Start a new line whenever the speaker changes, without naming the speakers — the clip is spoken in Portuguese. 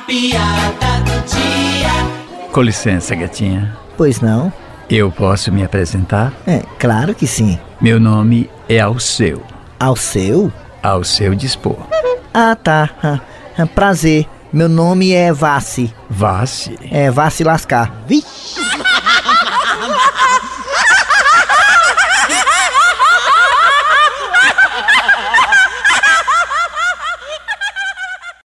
piada do dia.
Com licença, gatinha.
Pois não?
Eu posso me apresentar?
É, claro que sim.
Meu nome é Alceu.
Ao seu?
Ao seu dispor.
Ah, tá. Ah, ah, prazer. Meu nome é Vassi.
Vá-se.
É, Vassi Lascar. Vixe!